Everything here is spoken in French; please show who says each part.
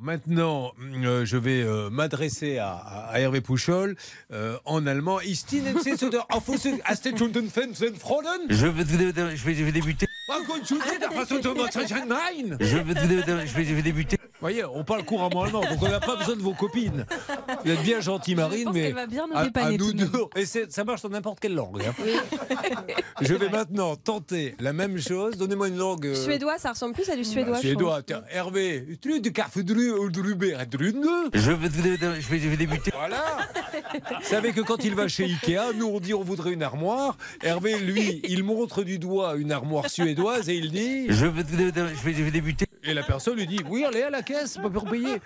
Speaker 1: Maintenant, euh, je vais euh, m'adresser à, à- à Hervé Pouchol euh, en allemand. Ist Ihnen ces Söder auf unsere Aststunden Fernsehen freuen?
Speaker 2: Je vais, je vais, je vais débuter.
Speaker 1: Man kann schon sehen, dass das unter notre Schein- Nein!
Speaker 2: Je vais, je vais, je vais débuter.
Speaker 1: Vous voyez, on parle couramment allemand, donc on n'a pas besoin de vos copines. Vous êtes bien gentille, Marine,
Speaker 3: pense
Speaker 1: mais
Speaker 3: qu'elle va bien nous
Speaker 1: à,
Speaker 3: dépanner,
Speaker 1: à
Speaker 3: tout
Speaker 1: nous
Speaker 3: de même.
Speaker 1: deux. Et c'est- ça marche dans n'importe quelle langue. hein. Je vais maintenant tenter la même chose. Donnez-moi une langue. euh,
Speaker 4: Suédois, ça ressemble plus à du suédois. je
Speaker 1: Suédois. Tiens, Hervé, tu es du café de rue ou de Rubert, de Rune
Speaker 2: Je vais, je vais, je vais débuter.
Speaker 1: Voilà Vous savez que quand il va chez Ikea, nous on dit on voudrait une armoire. Hervé, lui, il montre du doigt une armoire suédoise et il dit...
Speaker 2: Je vais, je vais, je vais débuter.
Speaker 1: Et la personne lui dit, oui, allez à la caisse, pas pour payer.